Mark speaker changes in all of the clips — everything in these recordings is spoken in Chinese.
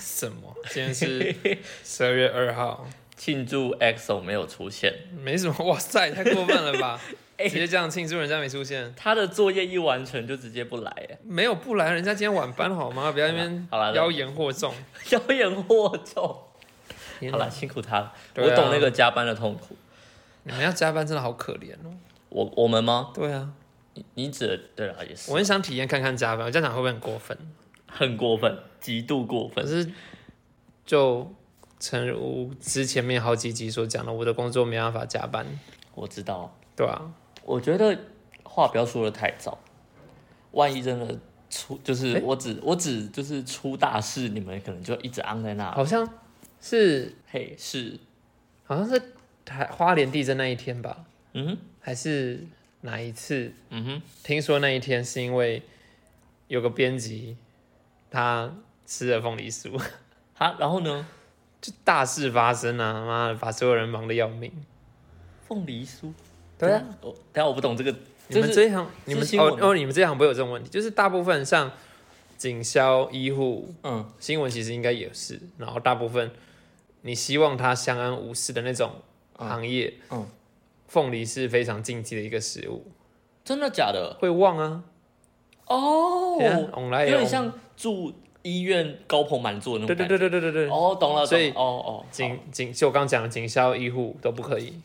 Speaker 1: 什么？今天是十二月二号，
Speaker 2: 庆祝 EXO 没有出现，
Speaker 1: 没什么。哇塞，太过分了 吧！
Speaker 2: 哎
Speaker 1: 直接这样庆祝人家没出现，
Speaker 2: 他的作业一完成就直接不来， 哎
Speaker 1: 没有不来，人家今天晚班好吗？不要在那边
Speaker 2: 好啦好啦
Speaker 1: 妖言惑众。
Speaker 2: 妖言惑众。
Speaker 1: 天
Speaker 2: 好
Speaker 1: 哪
Speaker 2: 啦，，辛苦他了，
Speaker 1: 对啊
Speaker 2: 我懂那个加班的痛苦。
Speaker 1: 你们要加班真的好可怜哦。
Speaker 2: 我我们吗？
Speaker 1: 对啊，
Speaker 2: 你你指的对了，也是
Speaker 1: 我很想体验看看加班，我这样讲会不会很过分？
Speaker 2: 嗯很过分，极度过
Speaker 1: 可
Speaker 2: 分。
Speaker 1: 是就诚如之前面好几集所讲的，我的工作没办法加班，
Speaker 2: 我知道，
Speaker 1: 对啊，
Speaker 2: 我觉得话不要说的太早，万一真的出就是我只我只就是出大事，你们可能就一直昂在那。
Speaker 1: 好像是
Speaker 2: 嘿，是，
Speaker 1: 好像是台花莲地震那一天吧，
Speaker 2: 嗯哼，
Speaker 1: 还是哪一次？
Speaker 2: 嗯哼，
Speaker 1: 听说那一天是因为有个编辑他吃了凤梨酥，
Speaker 2: 好，然后呢？
Speaker 1: 就大事发生啊！ 妈的，把所有人忙得要命。
Speaker 2: 凤梨酥，
Speaker 1: 对啊，
Speaker 2: 我等一下我不懂这个，
Speaker 1: 你
Speaker 2: 就
Speaker 1: 们
Speaker 2: 是
Speaker 1: 这一行，你们
Speaker 2: 新闻
Speaker 1: 哦
Speaker 2: 吗
Speaker 1: 哦，你们这一行不会有这种问题，就是大部分像警消、医护、
Speaker 2: 嗯，
Speaker 1: 新闻，其实应该也是。然后大部分你希望它相安无事的那种行业，
Speaker 2: 嗯嗯
Speaker 1: 凤梨是非常禁忌的一个食物，
Speaker 2: 真的假的？
Speaker 1: 会旺啊。
Speaker 2: 哦，
Speaker 1: 哦，往来
Speaker 2: 有
Speaker 1: 有
Speaker 2: 点像住医院高朋满座的那
Speaker 1: 对
Speaker 2: 种
Speaker 1: 对
Speaker 2: 感觉。
Speaker 1: 对对对对对，
Speaker 2: 哦，懂了，
Speaker 1: 所以
Speaker 2: 懂了哦哦，好
Speaker 1: 警警就我刚讲的警消医护都不可以。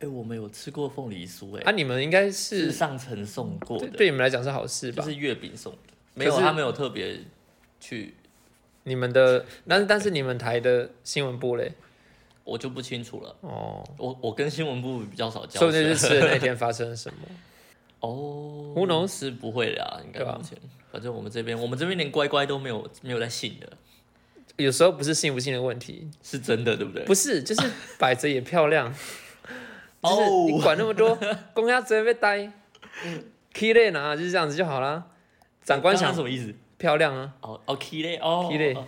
Speaker 2: 哎、我们有吃过凤梨酥、哎、
Speaker 1: 啊，你们应该
Speaker 2: 是
Speaker 1: 是
Speaker 2: 上层送过
Speaker 1: 对
Speaker 2: 的，
Speaker 1: 对你们来讲是好事
Speaker 2: 就
Speaker 1: 吧？
Speaker 2: 是月饼送的，没
Speaker 1: 可
Speaker 2: 有，
Speaker 1: 是
Speaker 2: 他没有特别去，
Speaker 1: 你们的，但但是你们台的新闻部嘞，
Speaker 2: 我就不清楚了。
Speaker 1: 哦，
Speaker 2: 我我跟新闻部比较少交
Speaker 1: 说不定
Speaker 2: 涉
Speaker 1: 是吃的那天发生了什么。
Speaker 2: 哦
Speaker 1: Who knows？
Speaker 2: 是不会的啊，应该
Speaker 1: 对吧
Speaker 2: 目前，反正我们这边我们这边连乖乖都没有没有在信的，
Speaker 1: 有时候不是信不信的问题，
Speaker 2: 是真的对不对？
Speaker 1: 不是就是摆着也漂 亮，
Speaker 2: 哦
Speaker 1: 就是你管那么多，公鸭直接被呆，key 类拿就是这样子就好啦。长官
Speaker 2: 刚刚
Speaker 1: 想
Speaker 2: 什么意思？
Speaker 1: 漂亮啊，
Speaker 2: 哦哦，key 嘞，哦
Speaker 1: Key 嘞
Speaker 2: 哦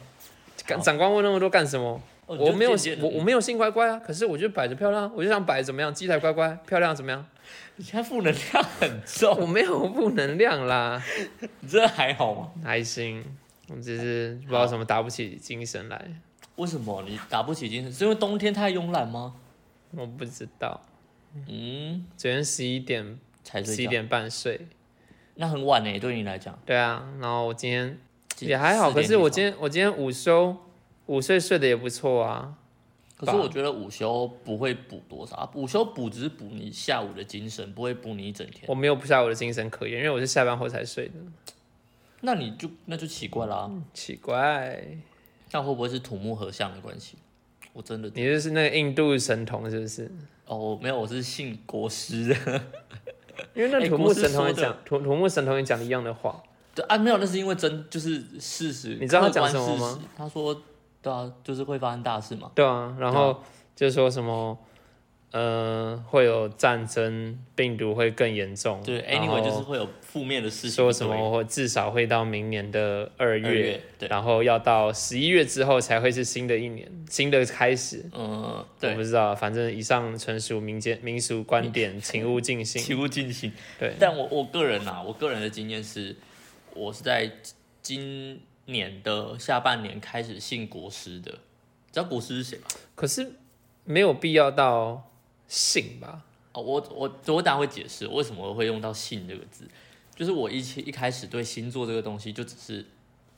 Speaker 1: 长长官问那么多干什么？
Speaker 2: 哦你
Speaker 1: 我
Speaker 2: 就
Speaker 1: 没有
Speaker 2: 渐渐
Speaker 1: 我我没有信乖乖啊，可是我就摆着漂亮啊，我就想摆怎么样，鸡台乖乖漂亮怎么样？
Speaker 2: 你现在负能量很重，
Speaker 1: 我没有负能量啦，
Speaker 2: 你这还好吗？
Speaker 1: 还行，我只是不知道什么打不起精神来，
Speaker 2: 为什么你打不起精神？是因为冬天太慵懒吗？
Speaker 1: 我不知道。
Speaker 2: 嗯，
Speaker 1: 昨天十一点
Speaker 2: 才
Speaker 1: 十
Speaker 2: 睡
Speaker 1: 一
Speaker 2: 觉，
Speaker 1: 点半睡，
Speaker 2: 那很晚呢，对你来讲
Speaker 1: 对啊，然后我今天
Speaker 2: 几
Speaker 1: 也还好，
Speaker 2: 四
Speaker 1: 可
Speaker 2: 点
Speaker 1: 是我
Speaker 2: 起
Speaker 1: 今天我今天午休午睡睡得也不错啊，
Speaker 2: 床可是我觉得午休不会补多少，啊午休补只是补你下午的精神，不会补你一整天。
Speaker 1: 我没有不下午的精神可言，因为我是下班后才睡的，
Speaker 2: 那你就那就奇怪啦、
Speaker 1: 奇怪，
Speaker 2: 那会不会是土木合相的关系？我真的
Speaker 1: 你就是那个印度神童是不是？
Speaker 2: 哦，没有，我是信国师的。
Speaker 1: 因为那
Speaker 2: 哎
Speaker 1: 土木
Speaker 2: 国师
Speaker 1: 神童也
Speaker 2: 说的
Speaker 1: 讲土土木神童也讲一样的话，
Speaker 2: 对啊，没有，那是因为真就是事实。
Speaker 1: 你知道他讲
Speaker 2: 客观
Speaker 1: 什么吗
Speaker 2: 事实？他说，对啊，就是会发生大事嘛。
Speaker 1: 对啊，然后就说什么，呃，会有战争，病毒会更严重，
Speaker 2: 对
Speaker 1: 哦然后
Speaker 2: ，anyway 就是会有负面的事情。
Speaker 1: 说什
Speaker 2: 对
Speaker 1: 么我至少会到明年的二
Speaker 2: 二
Speaker 1: 月，
Speaker 2: 月？对，
Speaker 1: 然后要到十一月之后才会是新的一年，新的开始。
Speaker 2: 嗯，
Speaker 1: 我
Speaker 2: 对，
Speaker 1: 不知道，反正以上纯属民间民俗观点，请勿尽信。
Speaker 2: 请勿尽信。
Speaker 1: 对，
Speaker 2: 但我我个人啊，我个人的经验是，我是在今年的下半年开始信国师的。你知道国师是谁吗？
Speaker 1: 可是没有必要到信吧？
Speaker 2: 哦，我我我等下会解释为什么我会用到“信”这个字。就是我一起一开始对星座这个东西就只是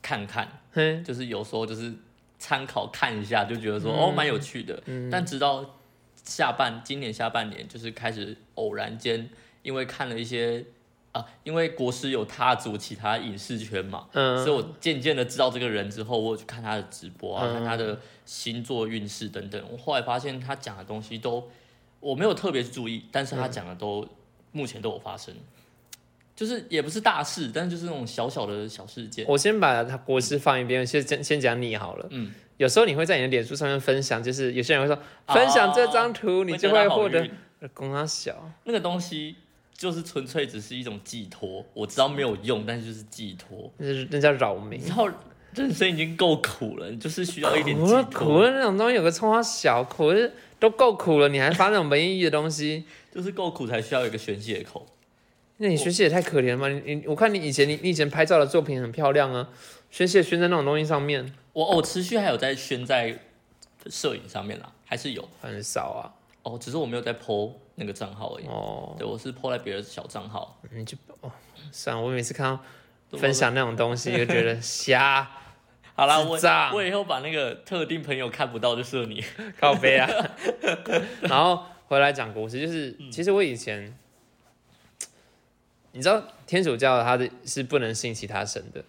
Speaker 2: 看看，
Speaker 1: 哼，
Speaker 2: 就是有时候就是参考看一下，就觉得
Speaker 1: 嗯
Speaker 2: 说、哦蛮有趣的。但直到下半今年下半年，就是开始偶然间，因为看了一些啊，因为国师有踏足其他影视圈嘛，
Speaker 1: 嗯
Speaker 2: 所以我渐渐的知道这个人之后，我有去看他的直
Speaker 1: 嗯
Speaker 2: 播啊，看他的星座运势等等。我后来发现他讲的东西都我没有特别去注意，但是他讲的都、目前都有发生。就是也不是大事，但是就是那种小小的小事件。
Speaker 1: 我先把它国师放一边，先先先讲你好了。
Speaker 2: 嗯，
Speaker 1: 有时候你会在你的脸书上面分享，就是有些人会说分享这张图，你就会获得
Speaker 2: 会
Speaker 1: 公阿小。
Speaker 2: 那个东西，就是纯粹只是一种寄托。我知道没有用，但是就是寄托。
Speaker 1: 那是那叫扰
Speaker 2: 你
Speaker 1: 民。
Speaker 2: 知道人生已经够苦了，你就是需要一点 寄
Speaker 1: 苦了啊苦
Speaker 2: 托，
Speaker 1: 了那种东西有个冲花小苦啊是都够苦了，你还发那种没意义的东西，
Speaker 2: 就是够苦才需要有一个宣泄口。
Speaker 1: 那你学姐也太可怜了嘛！你你我看你以前你你以前拍照的作品很漂亮啊，宣泄宣在那种东西上面
Speaker 2: 我哦，持续还有在宣在摄影上面啦，还是有
Speaker 1: 很少啊。
Speaker 2: 哦，只是我没有在 PO 那个账号而已。
Speaker 1: 哦，
Speaker 2: 对，我是 PO 在别的小账号。
Speaker 1: 你就哦，算了，我每次看到
Speaker 2: 对
Speaker 1: 分享那种东西就觉得瞎
Speaker 2: 好啦，
Speaker 1: 智
Speaker 2: 我
Speaker 1: 障
Speaker 2: 我以后把那个特定朋友看不到就设你。
Speaker 1: 靠背啊。然后回来讲故事，就是其实我以前，你知道天主教它的是不能信其他神的。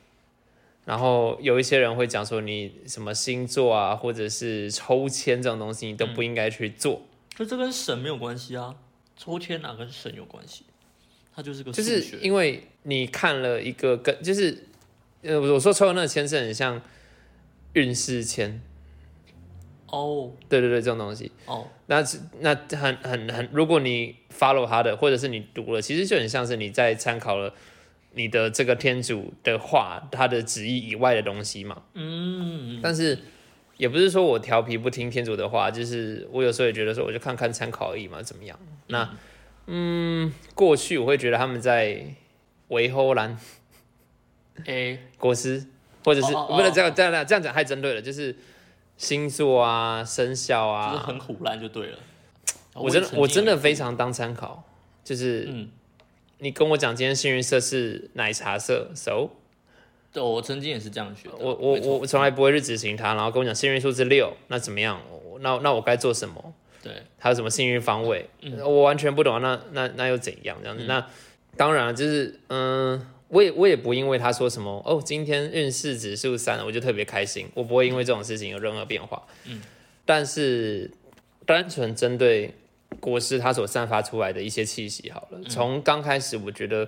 Speaker 1: 然后有一些人会讲说，你什么星座啊，或者是抽签这种东西，你都不应该去做。
Speaker 2: 就这跟神没有关系啊，抽签哪跟神有关系？它就是个
Speaker 1: 就
Speaker 2: 数
Speaker 1: 是
Speaker 2: 学
Speaker 1: 因为你看了一个跟就是，呃，我说抽的那个签是很像运势签，
Speaker 2: 哦
Speaker 1: 对对对，这种东西。
Speaker 2: 哦，
Speaker 1: 那是那很很很，如果你 follow 他的，或者是你读了，其实就很像是你在参考了你的这个天主的话，他的旨意以外的东西嘛。
Speaker 2: 嗯，
Speaker 1: 但是也不是说我调皮不听天主的话，就是我有时候也觉得说，我就看看参考而已嘛，怎么样？那嗯，过去我会觉得他们在维护兰
Speaker 2: 诶，
Speaker 1: 国师，或者是
Speaker 2: 哦哦哦
Speaker 1: 不是这样这样这样这样讲太针对了，就是星座啊、生肖
Speaker 2: 就
Speaker 1: 啊，
Speaker 2: 是很虎烂就对了。
Speaker 1: 我真的
Speaker 2: 也哦曾经
Speaker 1: 我真的
Speaker 2: 有
Speaker 1: 非常当参考。就是
Speaker 2: 嗯，
Speaker 1: 你跟我讲今天幸运色是奶茶色，so
Speaker 2: 对，我曾经也是这样学的。
Speaker 1: 我我
Speaker 2: 哦没错
Speaker 1: 我我从来不会去执行它，然后跟我讲幸运数字六，那怎么样？我那那我该做什么？
Speaker 2: 对
Speaker 1: 还有什么幸运方位？我完全不懂啊，那那那又怎样？这样子，那当然了啊就是嗯。我也我也不因为他说什么哦，今天运势指数三，我就特别开心，我不会因为这种事情有任何变化。嗯，但是单纯针对国师他所散发出来的一些气息，好了，从刚开始我觉得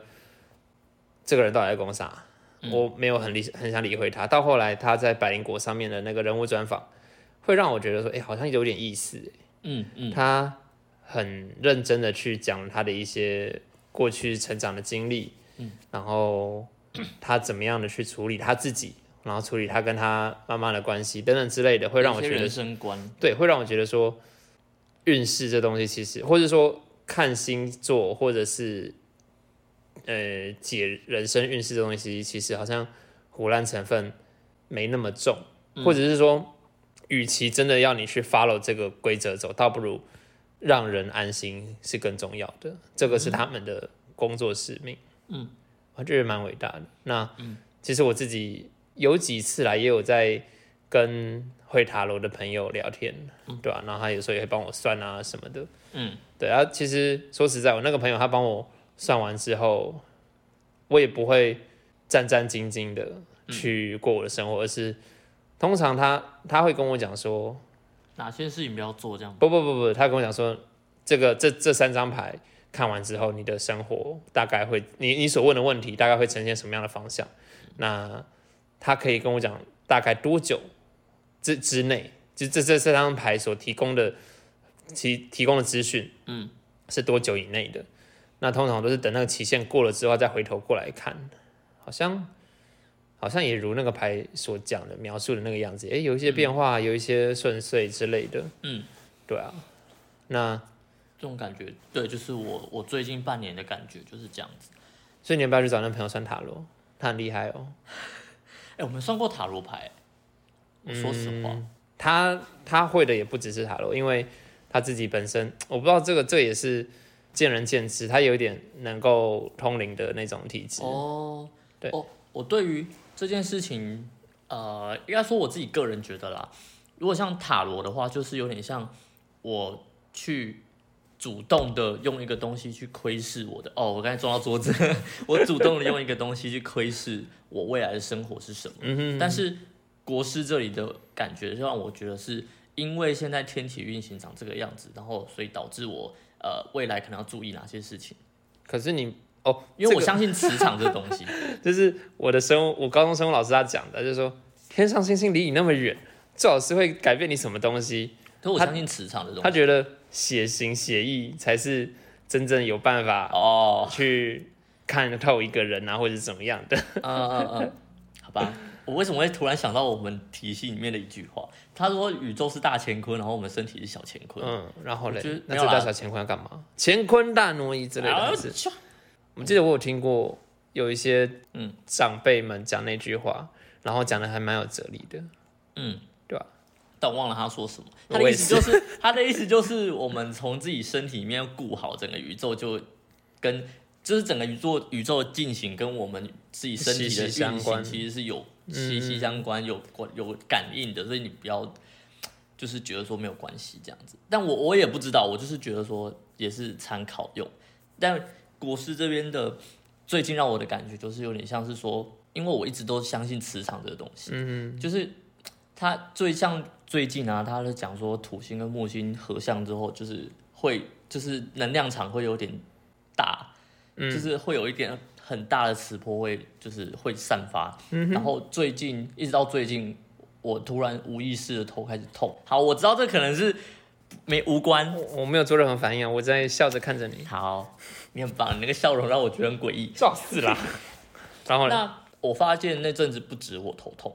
Speaker 1: 这个人到底在攻啥，我没有很理很想理会他。到后来他在百灵国上面的那个人物专访，会让我觉得说，哎、好像有点意思、
Speaker 2: 嗯嗯，
Speaker 1: 他很认真的去讲他的一些过去成长的经历，嗯，然后他怎么样的去处理他自己，然后处理他跟他妈妈的关系等等之类的，会让我
Speaker 2: 一些
Speaker 1: 觉得
Speaker 2: 人，生观。
Speaker 1: 对，会让我觉得说，运势这东西其实，或者说看星座，或者是呃解人生运势这东西，其实好像胡乱成分没那么重，或者是说，与其真的要你去 follow 这个规则走，倒不如让人安心是更重要的。这个是他们的工作使命。
Speaker 2: 嗯，
Speaker 1: 我觉得蛮伟大的。那、其实我自己有几次来也有在跟会塔罗的朋友聊天，对啊吧、然后他有时候也会帮我算啊什么的。
Speaker 2: 嗯，
Speaker 1: 对啊，其实说实在，我那个朋友他帮我算完之后，我也不会战战兢兢的去过我的生活，而是通常他他会跟我讲说，
Speaker 2: 哪些事情不要做这样？
Speaker 1: 不不不不，他跟我讲说，这个这这三张牌看完之后，你的生活大概会，你你所问的问题大概会呈现什么样的方向？那他可以跟我讲大概多久之之内，就这这三张牌所提供的提提供的资讯，嗯，是多久以内的？那通常都是等那个期限过了之后再回头过来看，好像。好像也如那个牌所讲的描述的那个样子，诶、有一些变化，有一些顺遂之类的。对啊，那
Speaker 2: 这种感觉，对，就是我我最近半年的感觉就是这样子。
Speaker 1: 所以你要不要去找那朋友算塔罗？他很厉害哦。
Speaker 2: 哎，我们算过塔罗牌，我说实
Speaker 1: 嗯
Speaker 2: 话，
Speaker 1: 他他会的也不只是塔罗，因为他自己本身，我不知道这个这也是见仁见智，他有一点能够通灵的那种体质。
Speaker 2: 哦，
Speaker 1: 对
Speaker 2: 哦，我对于这件事情，呃，应该说我自己个人觉得啦，如果像塔罗的话，就是有点像我去主动的用一个东西去窥视我的，哦，我刚才撞到桌子， 我主动的用一个东西去窥视我未来的生活是什么，
Speaker 1: 嗯哼，
Speaker 2: 但是国师这里的感觉让我觉得是因为现在天体运行长这个样子，然后所以导致我呃未来可能要注意哪些事情，
Speaker 1: 可是你哦，
Speaker 2: 因
Speaker 1: 这
Speaker 2: 为我
Speaker 1: 个
Speaker 2: 相信磁场这东西。
Speaker 1: 就是我的生物，我高中生物老师他讲的，就是说天上星星离你那么远，最好是会改变你什么东西。
Speaker 2: 可我
Speaker 1: 他
Speaker 2: 相信磁场这种
Speaker 1: 他觉得写形写意才是真正有办法
Speaker 2: 哦，
Speaker 1: 去看透一个人啊，或者是怎么样的。
Speaker 2: 嗯嗯嗯，好吧。我为什么会突然想到我们体系里面的一句话？他说宇宙是大乾坤，然后我们身体是小乾坤。
Speaker 1: 嗯，然后
Speaker 2: 我
Speaker 1: 嘞
Speaker 2: 觉得，
Speaker 1: 那
Speaker 2: 没
Speaker 1: 这
Speaker 2: 有啦
Speaker 1: 大小乾坤要干嘛？乾坤大挪移之类的
Speaker 2: 啊
Speaker 1: 还是，
Speaker 2: 去
Speaker 1: 我记得我有听过有一些
Speaker 2: 嗯
Speaker 1: 长辈们讲那句话，然后讲的还蛮有哲理的。
Speaker 2: 嗯，
Speaker 1: 对吧？
Speaker 2: 但我忘了他说什么，
Speaker 1: 我
Speaker 2: 他的意
Speaker 1: 也
Speaker 2: 思就是他的意思就是我们从自己身体里面顾好整个宇宙，就跟就是整个宇宙宇宙的进行跟我们自己身体
Speaker 1: 息
Speaker 2: 的
Speaker 1: 息相
Speaker 2: 运行
Speaker 1: 关嗯
Speaker 2: 其实是有息息相关、有关有感应的，所以你不要就是觉得说没有关系这样子。但我我也不知道，我就是觉得说也是参考用。但国师这边的最近让我的感觉就是有点像是说，因为我一直都相信磁场这个东西，
Speaker 1: 嗯
Speaker 2: 就是他最像最近啊，他在讲说土星跟木星合相之后，就是会就是能量场会有点大，
Speaker 1: 嗯
Speaker 2: 就是会有一点很大的磁波会就是会散发，然后最近一直到最近，我突然无意识的头开始痛。好，我知道这可能是没无关，
Speaker 1: 我我没有做任何反应啊，我在笑着看着你，
Speaker 2: 好，你很棒，你那个笑容让我觉得很诡异。
Speaker 1: 笑死啦。 然后呢？
Speaker 2: 那我发现那阵子不止我头痛，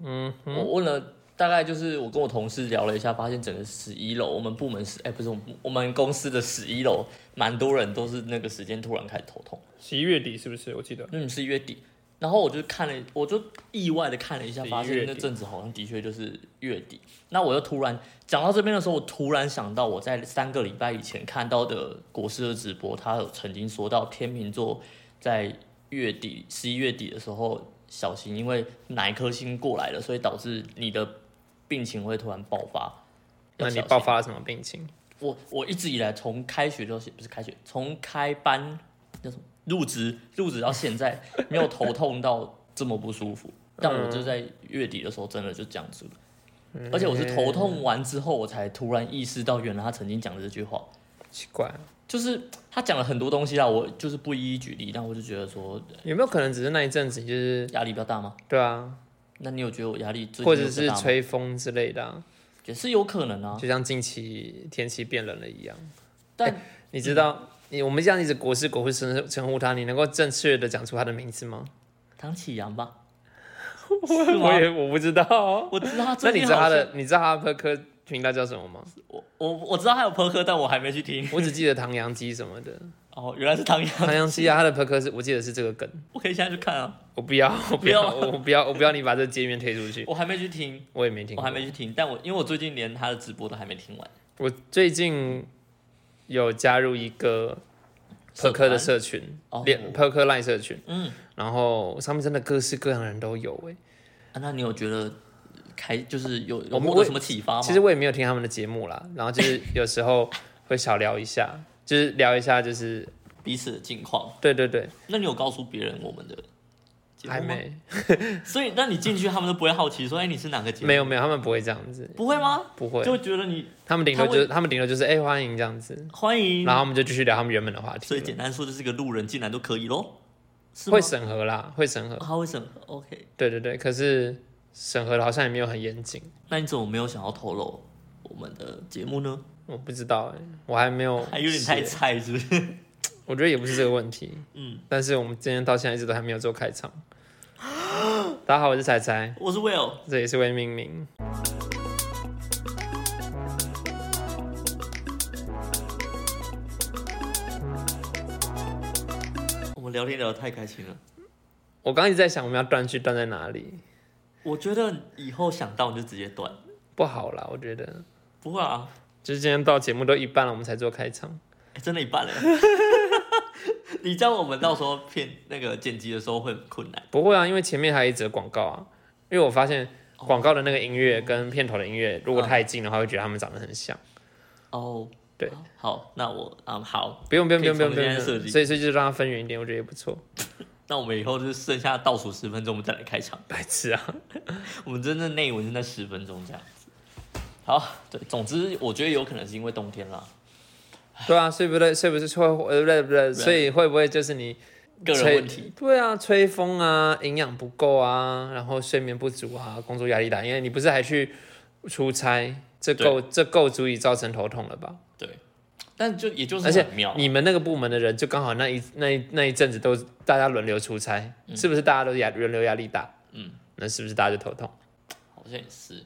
Speaker 1: 嗯哼，
Speaker 2: 我问了，大概就是我跟我同事聊了一下，发现整个十一楼，我们部门十，哎、不是我们部我们公司的十一楼，蛮多人都是那个时间突然开始头痛，
Speaker 1: 十一月底是不是？我记得。
Speaker 2: 嗯，是月底。然后我就看了，我就意外的看了一下，
Speaker 1: 11
Speaker 2: 发现
Speaker 1: 月
Speaker 2: 那
Speaker 1: 底
Speaker 2: 阵子好像的确就是月底。那我又突然讲到这边的时候，我突然想到我在三个礼拜以前看到的国师的直播，他有曾经说到天秤座在月底十一月底的时候小心，因为哪一颗星过来了，所以导致你的病情会突然爆发。
Speaker 1: 那
Speaker 2: 要
Speaker 1: 你
Speaker 2: 小心
Speaker 1: 爆发了什么病情？
Speaker 2: 我我一直以来从开学到现不是开学，从开班叫什么入职入职到现在，没有头痛到这么不舒 服。但我就在月底的时候，真的就这样子了，
Speaker 1: 嗯
Speaker 2: 而且我是
Speaker 1: 哎
Speaker 2: 头痛完之后，我才突然意识到，原来他曾经讲的这句话，
Speaker 1: 奇怪啊，
Speaker 2: 就是他讲了很多东西啦，我就是不一一举例，但我就觉得说
Speaker 1: 有没有可能只是那一阵子你就是
Speaker 2: 压力比较大吗？
Speaker 1: 对啊，
Speaker 2: 那你有觉得我压力最近
Speaker 1: 或
Speaker 2: 有
Speaker 1: 者
Speaker 2: 比
Speaker 1: 是
Speaker 2: 较大吗
Speaker 1: 吹风之类的、啊，
Speaker 2: 也是有可能啊，
Speaker 1: 就像近期天气变冷了一样。
Speaker 2: 但
Speaker 1: 你知道，你我们这样一直国师国师称称呼他，你能够正确的讲出他的名字吗？
Speaker 2: 唐启阳吧， 是吗
Speaker 1: 我也我不知道哦、
Speaker 2: 我知道他
Speaker 1: 那
Speaker 2: 最
Speaker 1: 你
Speaker 2: 近
Speaker 1: 知道
Speaker 2: 好
Speaker 1: 他
Speaker 2: 像
Speaker 1: 的，你知道他的科频道叫什么 吗？
Speaker 2: 我我我知道他有朋克，但我还没去听。
Speaker 1: 我只记得唐扬鸡什么的，
Speaker 2: 哦，原来是唐阳，
Speaker 1: 唐扬鸡啊，他的 p 科是我记得是这个梗。
Speaker 2: 我可以现在去看啊，
Speaker 1: 我不要，我
Speaker 2: 不
Speaker 1: 不
Speaker 2: 要
Speaker 1: 要，我我不要，我不要你把这界面推出去。
Speaker 2: 我还没去听，
Speaker 1: 我也没听
Speaker 2: 我
Speaker 1: 过，
Speaker 2: 还没去听，但我因为我最近连他的直播都还没听完，
Speaker 1: 我最近有加入一个
Speaker 2: 社团
Speaker 1: p 科的社群
Speaker 2: 哦，
Speaker 1: 连 p 科 line 社群，
Speaker 2: 嗯，
Speaker 1: 然后上面真的各式各样的人都有哎、
Speaker 2: 啊、那你有觉得开就是有有
Speaker 1: 我们
Speaker 2: 获得
Speaker 1: 会
Speaker 2: 什么启发吗？
Speaker 1: 其实我也没有听他们的节目啦，然后就是 有时候会小聊一下，就是聊一下，就是
Speaker 2: 彼此的近况，
Speaker 1: 对对对，
Speaker 2: 那你有告诉别人我们的节目吗
Speaker 1: 还，没
Speaker 2: 所以那你进去他们都不会好奇说，哎、你是哪个节目？
Speaker 1: 没有没有，他们不会这样子，
Speaker 2: 不会吗？
Speaker 1: 不会
Speaker 2: 就，会觉得你
Speaker 1: 他们顶多
Speaker 2: 他
Speaker 1: 就
Speaker 2: 会
Speaker 1: 是他们顶多就是哎、欢迎这样子，
Speaker 2: 欢迎
Speaker 1: 然，后我们就继续聊他们原本的话题
Speaker 2: 所以简单说就是个路人进来都可以咯。是
Speaker 1: 了，
Speaker 2: 吗啊
Speaker 1: 会？审核啦，会审核，
Speaker 2: 他会审核，OK？
Speaker 1: 对对对，可是审核的好像也没有很严谨，
Speaker 2: 那你怎么没有想要透露我们的节目呢？
Speaker 1: 我不知道哎、我还没有，
Speaker 2: 还有点太菜，是不是？
Speaker 1: 我觉得也不是这个问题，嗯，但是我们今天到现在一直都还没有做开场。大家好，我是彩彩，
Speaker 2: 我是 Will。
Speaker 1: 这里是魏明明。
Speaker 2: 我们聊天聊得太开心了，
Speaker 1: 我刚刚一直在想我们要断句断在哪里，
Speaker 2: 我觉得以后想到你就直接断，
Speaker 1: 不好啦，我觉得。
Speaker 2: 不会啊，
Speaker 1: 就是今天到节目都一半了，我们才做开场。
Speaker 2: 欸真的一半了。 你这样我们到时候骗那个剪辑的时候会很困难。
Speaker 1: 不会啊，因为前面还有一则广告啊，因为我发现
Speaker 2: 哦
Speaker 1: 广告的那个音乐跟片头的音乐
Speaker 2: 啊
Speaker 1: 如果太近的话，会觉得他们长得很像。
Speaker 2: 哦，
Speaker 1: 对，
Speaker 2: 好，那我嗯好，
Speaker 1: 不用不用不用不用
Speaker 2: 可以
Speaker 1: 不
Speaker 2: 从
Speaker 1: 用，
Speaker 2: 现在
Speaker 1: 不
Speaker 2: 设
Speaker 1: 用
Speaker 2: 计
Speaker 1: 所以所以就让它分远一点，我觉得也不错。
Speaker 2: 那我们以后就是剩下倒数十分钟，我们再来开场。
Speaker 1: 白痴 啊！
Speaker 2: 我们真正内文是在十分钟这样子。好，对，总之我觉得有可能是因为冬天啦，
Speaker 1: 对啊，所以不对，所以不是会呃不对不对，所以会不会就是你
Speaker 2: 个人
Speaker 1: 吹
Speaker 2: 问题。
Speaker 1: 对啊，吹风啊，营养不够啊，然后睡眠不足啊，工作压力大，因为你不是还去出差，这够这够足以造成头痛了吧？
Speaker 2: 但就也就是
Speaker 1: 而且
Speaker 2: 很妙，
Speaker 1: 你们那个部门的人就刚好那一那一那一阵子都大家轮流出
Speaker 2: 嗯
Speaker 1: 差，是不是大家都压轮流压力大？嗯，那是不是大家就头痛？
Speaker 2: 好像也是。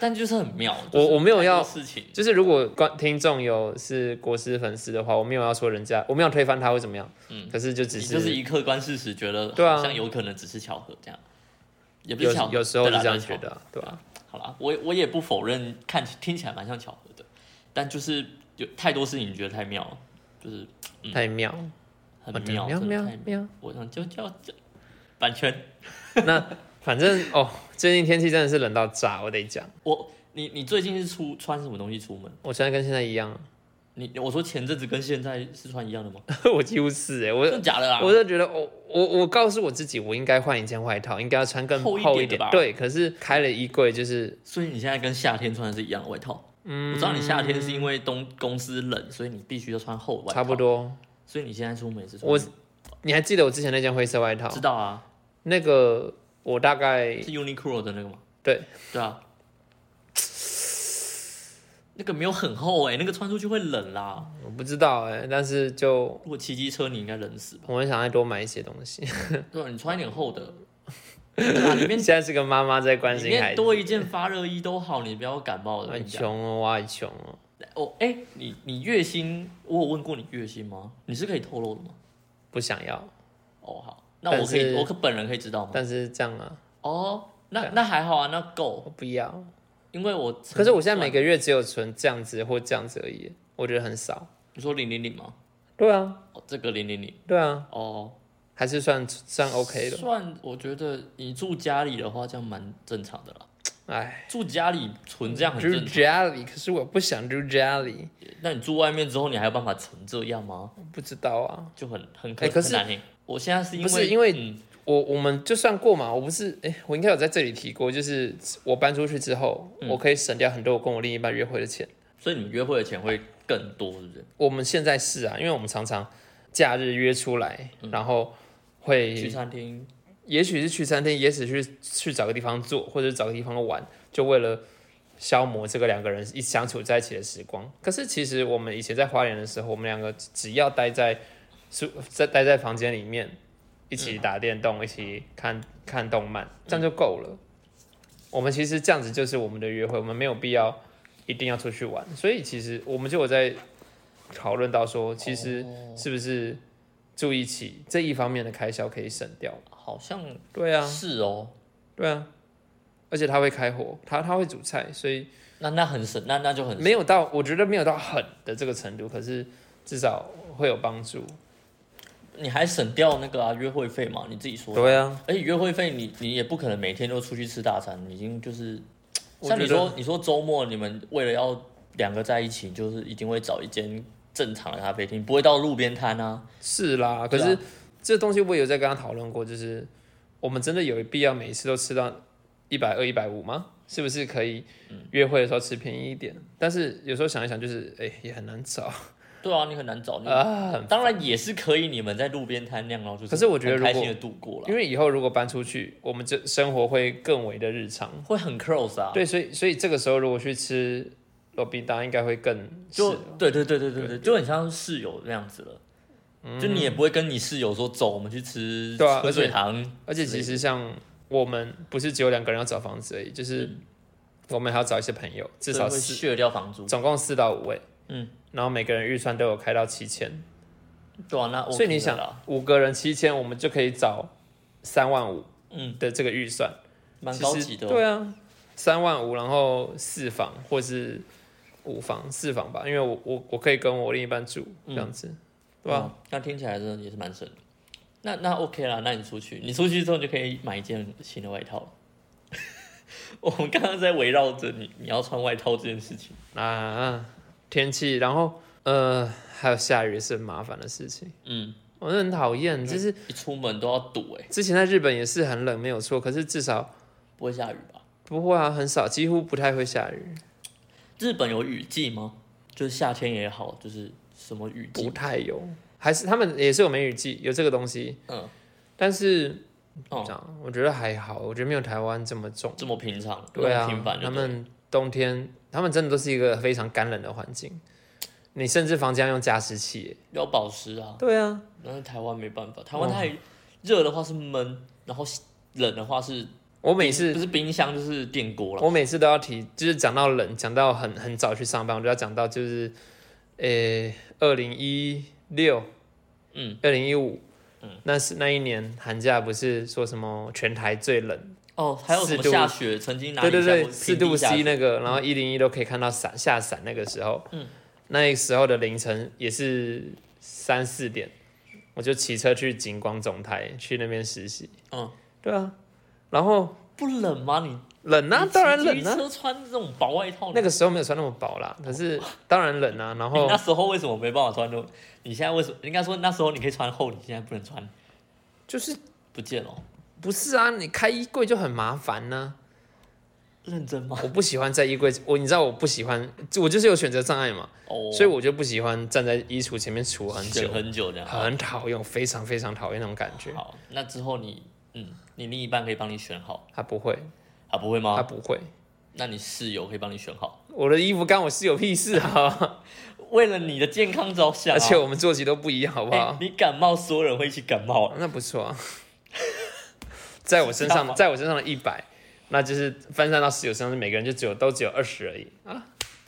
Speaker 2: 但就是很妙。
Speaker 1: 我
Speaker 2: 就是
Speaker 1: 我没有要
Speaker 2: 太多事情，
Speaker 1: 就是如果观听众有是国师粉丝的话，我没有要说人家，我没有推翻他或怎么样，
Speaker 2: 嗯
Speaker 1: 可是就只
Speaker 2: 你
Speaker 1: 是
Speaker 2: 就是一客观事实，觉得
Speaker 1: 对啊
Speaker 2: 好像有可能只是巧合这样，也不
Speaker 1: 有
Speaker 2: 是巧合，
Speaker 1: 有时候
Speaker 2: 对
Speaker 1: 是
Speaker 2: 啦
Speaker 1: 这样
Speaker 2: 不是巧
Speaker 1: 觉
Speaker 2: 合
Speaker 1: 得啊，对吧？
Speaker 2: 好啦，我我也不否认，看起听起来蛮像巧合的，但就是有太多事情觉得太妙了，就是嗯
Speaker 1: 太妙，
Speaker 2: 很
Speaker 1: 我的
Speaker 2: 妙，
Speaker 1: 妙
Speaker 2: 真的
Speaker 1: 妙
Speaker 2: 太妙。
Speaker 1: 妙。
Speaker 2: 我想就叫这版权，
Speaker 1: 反正哦，最近天气真的是冷到炸，我得讲。
Speaker 2: 我你你最近是出穿什么东西出门？
Speaker 1: 我现在跟现在一样，
Speaker 2: 你我说前阵子跟现在是穿一样的吗？
Speaker 1: 我几乎是哎、
Speaker 2: 真的
Speaker 1: 我
Speaker 2: 假的啊？
Speaker 1: 我就觉得我我我告诉我自己，我应该换一件外套，应该要穿更
Speaker 2: 厚
Speaker 1: 厚
Speaker 2: 一
Speaker 1: 一
Speaker 2: 点
Speaker 1: 点。
Speaker 2: 的吧
Speaker 1: 对，可是开了衣柜就是
Speaker 2: 所以你现在跟夏天穿的是一样的外套。嗯，我知道你夏天是因为东公司冷，所以你必须要穿厚的外套。
Speaker 1: 差不。多。
Speaker 2: 所以你现在出门也是穿
Speaker 1: 我你还记得我之前那件灰色外套
Speaker 2: 知？道啊，
Speaker 1: 那个我大概
Speaker 2: 是 Uniqlo 的那个吗？
Speaker 1: 对
Speaker 2: 对啊，那个没有很厚哎、那个穿出去会冷啦。
Speaker 1: 我不知道哎、但是就
Speaker 2: 如果骑机车，你应该冷死吧？
Speaker 1: 我很想再多买一些东西。
Speaker 2: 对啊，你穿一点厚的，对啊，里面
Speaker 1: 现在是个妈妈在关
Speaker 2: 里
Speaker 1: 心孩
Speaker 2: 面
Speaker 1: 子，
Speaker 2: 多一件发热衣都好，你不要感冒
Speaker 1: 我
Speaker 2: 的。
Speaker 1: 很
Speaker 2: 跟你讲
Speaker 1: 穷哦，我很穷哦。
Speaker 2: 哦，哎、你你月薪，我有问过你月薪吗？你是可以透露的吗？
Speaker 1: 不想要，
Speaker 2: 哦，好，那我可
Speaker 1: 但
Speaker 2: 以，
Speaker 1: 是
Speaker 2: 我可本人可以知道吗？
Speaker 1: 但是这样啊，
Speaker 2: 哦，那那还好啊，那够，
Speaker 1: 我不要。
Speaker 2: 因为我
Speaker 1: 可是我现在每个月只有存这样子或这样子而已，我觉得很少。
Speaker 2: 你说零零零吗？
Speaker 1: 对啊，
Speaker 2: 哦，这个零零零
Speaker 1: 对啊，
Speaker 2: 哦，
Speaker 1: 还是算算 OK 的。
Speaker 2: 算，我觉得你住家里的话，这样蛮正常的啦。
Speaker 1: 哎，
Speaker 2: 住家里存这样很
Speaker 1: 住
Speaker 2: 正
Speaker 1: 家里，可是我不想住家里，
Speaker 2: 常，那你住外面之后，你还有办法存这样吗？
Speaker 1: 我不知道啊。
Speaker 2: 就很很可
Speaker 1: 哎可是
Speaker 2: 很难欸我现在是因为
Speaker 1: 不是因为
Speaker 2: 嗯
Speaker 1: 我我们就算过嘛，我不是哎、我应该有在这里提过，就是我搬出去之后，
Speaker 2: 嗯
Speaker 1: 我可以省掉很多我跟我另一半约会的钱。
Speaker 2: 所以你们约会的钱会更多，是不是？
Speaker 1: 我们现在是啊，因为我们常常假日约出来，
Speaker 2: 嗯
Speaker 1: 然后
Speaker 2: 去
Speaker 1: 会
Speaker 2: 餐厅，
Speaker 1: 也许是去餐厅，也许是去找个地方坐，或者找个地方玩，就为了消磨这个两个人一相处在一起的时光。可是其实我们以前在花莲的时候，我们两个只要待在是在待在房间里面，一起打电动，一起看看动漫，这样就够了。我们其实这样子就是我们的约会，我们没有必要一定要出去玩。所以其实我们就有在讨论到说，其实是不是住一起这一方面的开销可以省掉？
Speaker 2: 好像
Speaker 1: 对啊，
Speaker 2: 是哦。
Speaker 1: 对啊，而且他会开火，他他会煮菜，所以
Speaker 2: 那那很省，那那就很省
Speaker 1: 没有到，我觉得没有到狠的这个程度，可是至少会有帮助。
Speaker 2: 你还省掉那个啊约会费嘛？你自己说的。
Speaker 1: 对啊，
Speaker 2: 而且哎约会费你你也不可能每天都出去吃大餐，已经就是
Speaker 1: 我
Speaker 2: 像你
Speaker 1: 觉得
Speaker 2: 说你说周末你们为了要两个在一起，就是一定会找一间正常的咖啡厅，不会到路边摊啊。
Speaker 1: 是啦，可
Speaker 2: 对啊
Speaker 1: 是这东西我也有在跟他讨论过，就是我们真的有必要每一次都吃到一百二、一百五吗？是不是可以约会的时候吃便宜一点？但是有时候想一想，就是哎、也很难找
Speaker 2: 对啊，你很难找你。
Speaker 1: 啊，很
Speaker 2: 当然也是可以，你们在路边摊那样，然后就是
Speaker 1: 可是我觉得
Speaker 2: 很
Speaker 1: 如
Speaker 2: 开
Speaker 1: 果
Speaker 2: 心的度过了，
Speaker 1: 因为以后如果搬出去，我们这生活会更为的日常。
Speaker 2: 会很 close 啊。
Speaker 1: 对，所以所以这个时候如果去吃罗宾达，应该会更
Speaker 2: 就是对对对对对对，就很像室友那样子了。就你也不会跟你室友说走，我们去吃
Speaker 1: 嗯对啊
Speaker 2: 春
Speaker 1: 而且
Speaker 2: 水堂，
Speaker 1: 而且其实像我们不是只有两个人要找房子而已，就是我们还要找一些朋友，至
Speaker 2: 嗯所
Speaker 1: 少
Speaker 2: 以会
Speaker 1: 四，
Speaker 2: 削掉房租。
Speaker 1: 总共四到五位。
Speaker 2: 嗯，
Speaker 1: 然后每个人预算都有开到七千，
Speaker 2: 对啊，那 OK
Speaker 1: 所以你
Speaker 2: 的
Speaker 1: 想
Speaker 2: 啦，
Speaker 1: 五个人七千，我们就可以找三万五
Speaker 2: 嗯，
Speaker 1: 的这个预算，
Speaker 2: 蛮
Speaker 1: 其
Speaker 2: 高
Speaker 1: 实
Speaker 2: 级的哦。
Speaker 1: 对啊，三万五，然后四房或是五房四房吧，因为我我我可以跟我另一半住这样子，对吧、
Speaker 2: 嗯那听起来真的也是蛮省的。那那 OK 啦，那你出去，你出去之后就可以买一件新的外套 了。我们刚刚在围绕着你你要穿外套这件事情，
Speaker 1: 啊，天气，然后呃，还有下雨也是很麻烦的事情，
Speaker 2: 嗯，
Speaker 1: 我真的很讨厌。就是
Speaker 2: 一出门都要堵哎、
Speaker 1: 之前在日本也是很冷，没有错，可是至少
Speaker 2: 不会下雨吧？
Speaker 1: 不会啊，很少，几乎不太会下雨，
Speaker 2: 日本有雨季吗？就是夏天也好，就是什么雨
Speaker 1: 不
Speaker 2: 季，
Speaker 1: 太有。还是他们也是有梅雨季，有这个东西，
Speaker 2: 嗯，
Speaker 1: 但是
Speaker 2: 哦
Speaker 1: 这样我觉得还好，我觉得没有台湾这么重。
Speaker 2: 这么平常，
Speaker 1: 对
Speaker 2: 那
Speaker 1: 啊
Speaker 2: 么频繁，就
Speaker 1: 他
Speaker 2: 对了
Speaker 1: 们冬天，他们真的都是一个非常干冷的环境，你甚至房间要用加湿器耶。
Speaker 2: 要保湿啊。
Speaker 1: 对啊，
Speaker 2: 但是台湾没办法，台湾太热的话是闷，然后冷的话是
Speaker 1: 我每次
Speaker 2: 不是冰箱就是电锅了。
Speaker 1: 我每次都要提，就是讲到冷，讲到很很早去上班，我就要讲到就是，诶、2二零一六，
Speaker 2: 嗯，
Speaker 1: 二零一五，
Speaker 2: 嗯，
Speaker 1: 那是那一年寒假不是说什么全台最冷，
Speaker 2: 哦，还有什么
Speaker 1: 四度
Speaker 2: 下雪？曾经哪
Speaker 1: 对
Speaker 2: 里
Speaker 1: 对
Speaker 2: 下
Speaker 1: 对，
Speaker 2: 过
Speaker 1: 四
Speaker 2: 平
Speaker 1: 度
Speaker 2: 地
Speaker 1: C
Speaker 2: 下雪？
Speaker 1: 那个，然后一零一都可以看到伞下伞那个时候，
Speaker 2: 嗯，
Speaker 1: 那时候的凌晨也是三四点，我就骑车去景光总台去那边实习，
Speaker 2: 嗯，
Speaker 1: 对啊，然后
Speaker 2: 不冷吗？你
Speaker 1: 冷啊，当然冷
Speaker 2: 你骑机
Speaker 1: 啊，
Speaker 2: 车穿这种薄外套，
Speaker 1: 那个时候没有穿那么薄啦，可是当然冷啊，然
Speaker 2: 你
Speaker 1: 后
Speaker 2: 那时候为什么没办法穿？你现在为什么？应该说那时候你可以穿厚，你现在不能穿，
Speaker 1: 就是
Speaker 2: 不见了。
Speaker 1: 不是啊，你开衣柜就很麻烦呢、
Speaker 2: 认真吗？
Speaker 1: 我不喜欢在衣柜，我你知道我不喜欢，我就是有选择障碍嘛，
Speaker 2: 哦，
Speaker 1: 所以我就不喜欢站在衣橱前面杵很
Speaker 2: 等
Speaker 1: 久，
Speaker 2: 很久这样。
Speaker 1: 很讨厌，非常非常讨厌那种感觉。
Speaker 2: 好，那之后你，嗯，你另一半可以帮你选好
Speaker 1: 他不会，
Speaker 2: 啊？不会
Speaker 1: 他
Speaker 2: 吗？
Speaker 1: 不会。
Speaker 2: 那你室友可以帮你选好，
Speaker 1: 我的衣服干我室友屁事啊！
Speaker 2: 为了你的健康着想、啊。
Speaker 1: 而且我们作息都不一样，好不
Speaker 2: 哎、
Speaker 1: 好？
Speaker 2: 你感冒，所有人会一起感冒、
Speaker 1: 那不错啊。在我身
Speaker 2: 啊
Speaker 1: 上，在我身上的一百，那就是分散到室友身上，每个人就只有都只有二十而已。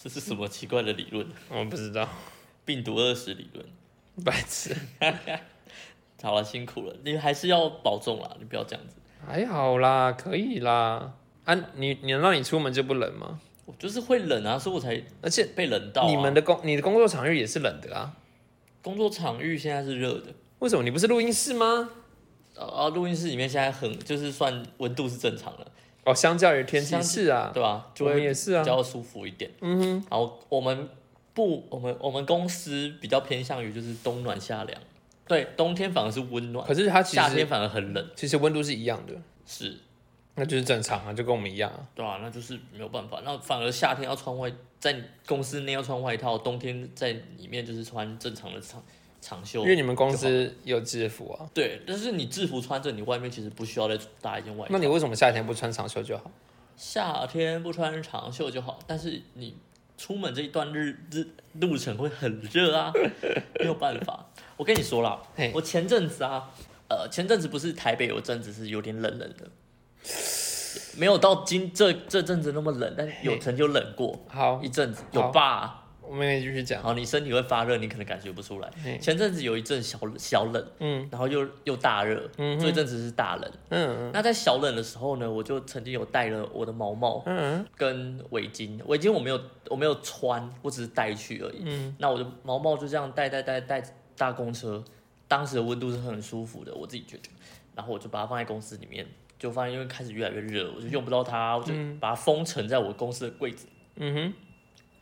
Speaker 2: 这是什么奇怪的理论？
Speaker 1: 我不知道，
Speaker 2: 病毒二十理论。
Speaker 1: 白痴。
Speaker 2: 好了，辛苦了，你还是要保重啦，你不要这样子。
Speaker 1: 还好啦，可以啦。啊，你你难道你出门就不冷吗？
Speaker 2: 我就是会冷啊，所以我才
Speaker 1: 而且
Speaker 2: 被冷到、
Speaker 1: 你们
Speaker 2: 的
Speaker 1: 的工你的工作场域也是冷的啊。
Speaker 2: 工作场域现在是热的，
Speaker 1: 为什么你不是录音室吗？
Speaker 2: 呃啊，录音室里面现在很就是算温度是正常的，
Speaker 1: 哦，相较于天气
Speaker 2: 相
Speaker 1: 是啊，
Speaker 2: 对吧？就
Speaker 1: 我们
Speaker 2: 会
Speaker 1: 也是啊
Speaker 2: 比较舒服一点。
Speaker 1: 嗯
Speaker 2: 然后我们不，我们我们公司比较偏向于就是冬暖夏凉，对，冬天反而是温
Speaker 1: 哼。
Speaker 2: 暖，
Speaker 1: 可是它其
Speaker 2: 夏天
Speaker 1: 实
Speaker 2: 反而很冷，
Speaker 1: 其实温度是一样的，
Speaker 2: 是，
Speaker 1: 那就是正常啊，就跟我们一样啊。
Speaker 2: 对啊，那就是没有办法，那反而夏天要穿外，在公司内要穿外套，冬天在里面就是穿正常的长长袖
Speaker 1: 因，为你们公司有制服啊，
Speaker 2: 对，但是你制服穿着，你外面其实不需要再搭一件外套
Speaker 1: 那。你为什么夏天不穿长袖就好？
Speaker 2: 夏天不穿长袖就好，但是你出门这一段日日路程会很热啊，没有办法。我跟你说啦
Speaker 1: 嘿，
Speaker 2: 我前阵子啊，呃，前阵子不是台北有阵子是有点冷冷的，没有到今这这阵子那么冷，但是有曾经有冷过
Speaker 1: 好
Speaker 2: 一，阵子，
Speaker 1: 好
Speaker 2: 有吧？
Speaker 1: 我们可以继续讲。
Speaker 2: 然后你身体会发热，你可能感觉不出来
Speaker 1: 嘿。
Speaker 2: 前阵子有一阵小小冷，
Speaker 1: 嗯
Speaker 2: 然后又又大热，
Speaker 1: 嗯哼
Speaker 2: 这一阵子是大冷。
Speaker 1: 嗯
Speaker 2: 那在小冷的时候呢，我就曾经有戴了我的毛毛
Speaker 1: 嗯嗯
Speaker 2: 跟围巾，围巾我没有我没有穿，我只是带去而已。
Speaker 1: 嗯，
Speaker 2: 那我的毛毛就这样戴戴戴戴搭公车，当时的温度是很舒服的，我自己觉得。然后我就把它放在公司里面，就发现因为开始越来越热，我就用不到它，我就把它封存在我公司的柜子。
Speaker 1: 嗯哼，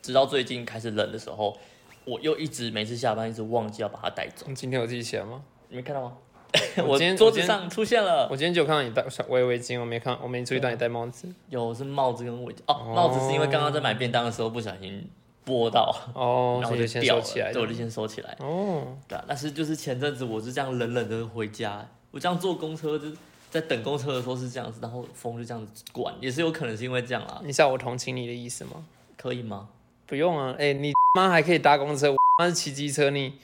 Speaker 2: 直到最近开始冷的时候，我又一直每次下班一直忘记要把它带走。
Speaker 1: 你今天有记起来吗？
Speaker 2: 你没看到吗？
Speaker 1: 我今天
Speaker 2: 桌
Speaker 1: 我今天
Speaker 2: 子上出现了，
Speaker 1: 我今天就有看到你戴围围巾，我没看，我没注意到你戴帽子。
Speaker 2: 有是帽子跟围巾哦
Speaker 1: 哦，
Speaker 2: 帽子是因为刚刚在买便当的时候不小心拨到，
Speaker 1: 哦，
Speaker 2: 然
Speaker 1: 所
Speaker 2: 后
Speaker 1: 以就
Speaker 2: 就
Speaker 1: 先
Speaker 2: 掉
Speaker 1: 收
Speaker 2: 了，
Speaker 1: 起来
Speaker 2: 对，。我就先收起来。
Speaker 1: 哦，
Speaker 2: 对啊，但是就是前阵子我是这样冷冷的回家，我这样坐公车就是在等公车的时候是这样子，然后风就这样子灌，也是有可能是因为这样啦，
Speaker 1: 你知道我同情你的意思吗？
Speaker 2: 可以吗？
Speaker 1: 不用啊，哎、你妈还可以搭公车，我妈是骑机车你，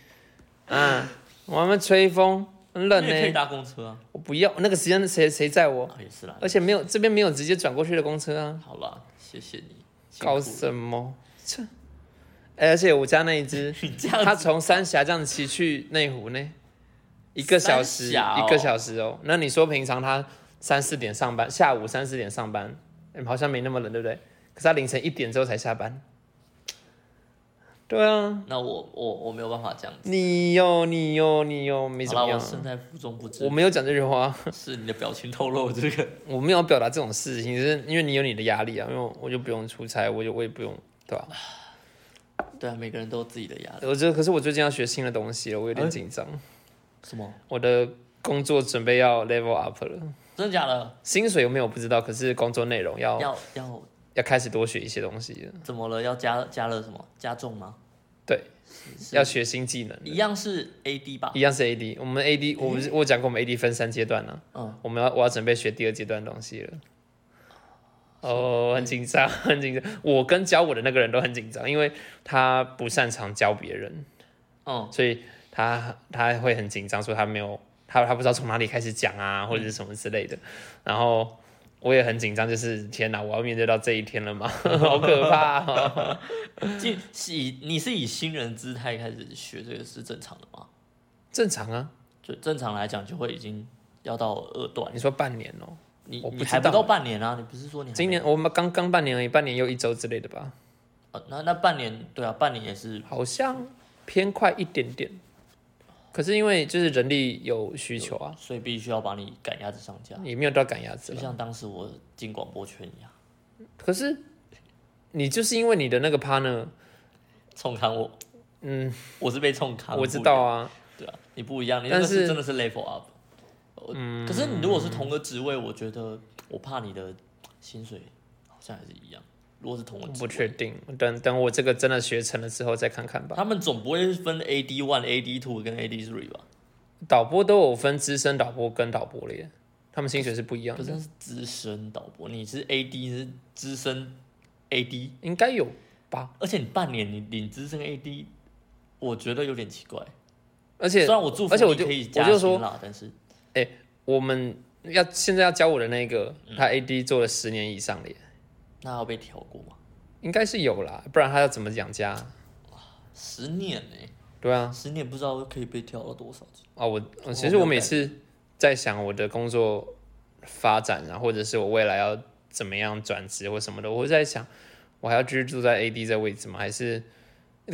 Speaker 1: 啊，我们吹风，很冷
Speaker 2: 你
Speaker 1: 呢、
Speaker 2: 也可以搭公车啊，
Speaker 1: 我不要，那个时间谁谁载我？
Speaker 2: 啊也是啦。
Speaker 1: 而且没有这边没有直接转过去的公车啊，
Speaker 2: 好啦，谢谢你，辛苦
Speaker 1: 搞
Speaker 2: 了
Speaker 1: 什么？这，哎而且我家那一只，
Speaker 2: 你这
Speaker 1: 它
Speaker 2: 样子
Speaker 1: 从三峡这样骑去内湖呢，一个小时，
Speaker 2: 三峡哦
Speaker 1: 一个小时哦。那你说平常它三四点上班，下午三四点上班，嗯好像没那么冷，对不对？可是它凌晨一点之后才下班。对啊，
Speaker 2: 那我我我没有办法这样子。
Speaker 1: 你哟你哟你哟，没怎
Speaker 2: 好
Speaker 1: 么
Speaker 2: 啦，我
Speaker 1: 样啊。
Speaker 2: 身在福中不知
Speaker 1: 我，没有讲这句话，
Speaker 2: 是你的表情透露这个。
Speaker 1: 我没有表达这种事情，就是因为你有你的压力啊，因为我我就不用出差，我就我也不用，对吧、
Speaker 2: 对啊，每个人都有自己的压力。
Speaker 1: 我觉得，可是我最近要学新的东西了，我有点紧张。
Speaker 2: 什么？
Speaker 1: 我的工作准备要 level up 了，
Speaker 2: 真的假的？
Speaker 1: 薪水有没有我不知道，可是工作内容要
Speaker 2: 要要
Speaker 1: 要开始多学一些东西了，
Speaker 2: 怎么了？要加加了什么？加重吗？
Speaker 1: 对，
Speaker 2: 是
Speaker 1: 要学新技能了。
Speaker 2: 一样是 AD 吧？
Speaker 1: 一样是 AD，我们 AD 我不是我有讲过我们 AD 分三阶段呢、啊
Speaker 2: 嗯，
Speaker 1: 我们要我要准备学第二阶段的东西了。哦、很紧张，很紧张。我跟教我的那个人都很紧张，因为他不擅长教别人。
Speaker 2: 嗯，
Speaker 1: 所以他他会很紧张，说他没有他他不知道从哪里开始讲啊，或者是什么之类的。然后我也很紧张，就是天哪，我要面对到这一天了吗？ 好可怕、哦！
Speaker 2: 就是以你是以新人姿态开始学这个是正常的吗？
Speaker 1: 正常啊，
Speaker 2: 就正常来讲就会已经要到二段
Speaker 1: 你，说半年哦、
Speaker 2: 你
Speaker 1: 我不
Speaker 2: 你
Speaker 1: 知
Speaker 2: 还不
Speaker 1: 道
Speaker 2: 到
Speaker 1: 欸
Speaker 2: 半年啊？你不是说你还没
Speaker 1: 今年我们刚刚半年而已，半年又一周之类的吧，
Speaker 2: 哦那那半年对啊，半年也是
Speaker 1: 好像偏快一点点。可是因为就是人力有需求啊，
Speaker 2: 所以必须要把你赶鸭子上架，
Speaker 1: 也没有到赶鸭子
Speaker 2: 就
Speaker 1: 了。
Speaker 2: 像当时我进广播圈一样，
Speaker 1: 可是你就是因为你的那个 partner，
Speaker 2: 冲康我，
Speaker 1: 嗯，
Speaker 2: 我是被冲康，
Speaker 1: 我知道啊，
Speaker 2: 对啊，你不一样，你那
Speaker 1: 但
Speaker 2: 个
Speaker 1: 是
Speaker 2: 是真的是 level up。嗯，可是你如果是同个职位，我觉得我怕你的薪水好像还是一样。如果是同个
Speaker 1: 我
Speaker 2: 职
Speaker 1: 不
Speaker 2: 位，
Speaker 1: 确定。等等我这个真的学成了之后再看看吧。
Speaker 2: 他们总不会分 AD one、AD two 跟 AD three 吧？
Speaker 1: 导播都有分资深导播跟导播了耶，他们薪水是不一样
Speaker 2: 可是
Speaker 1: 的，
Speaker 2: 那是资深导播，你是 AD 你是资深 AD，
Speaker 1: 应该有吧？
Speaker 2: 而且你半年你领资深 AD，我觉得有点奇怪。
Speaker 1: 而
Speaker 2: 虽
Speaker 1: 且
Speaker 2: 然我祝福
Speaker 1: 而且我
Speaker 2: 你
Speaker 1: 就
Speaker 2: 可以加
Speaker 1: 我就
Speaker 2: 薪啦，但是
Speaker 1: 我们要现在要教我的那个，他 AD 做了十年以上了耶，
Speaker 2: 那要被调过吗？
Speaker 1: 应该是有啦，不然他要怎么养家？
Speaker 2: 十年欸呢、
Speaker 1: 对啊，
Speaker 2: 十年不知道可以被调到多少次。
Speaker 1: 啊，我
Speaker 2: 我
Speaker 1: 其实我每
Speaker 2: 没有
Speaker 1: 次在想我的工作发展啊，或者是我未来要怎么样转职或什么的，我会在想，我还要继续住在 AD 这位置吗？还是？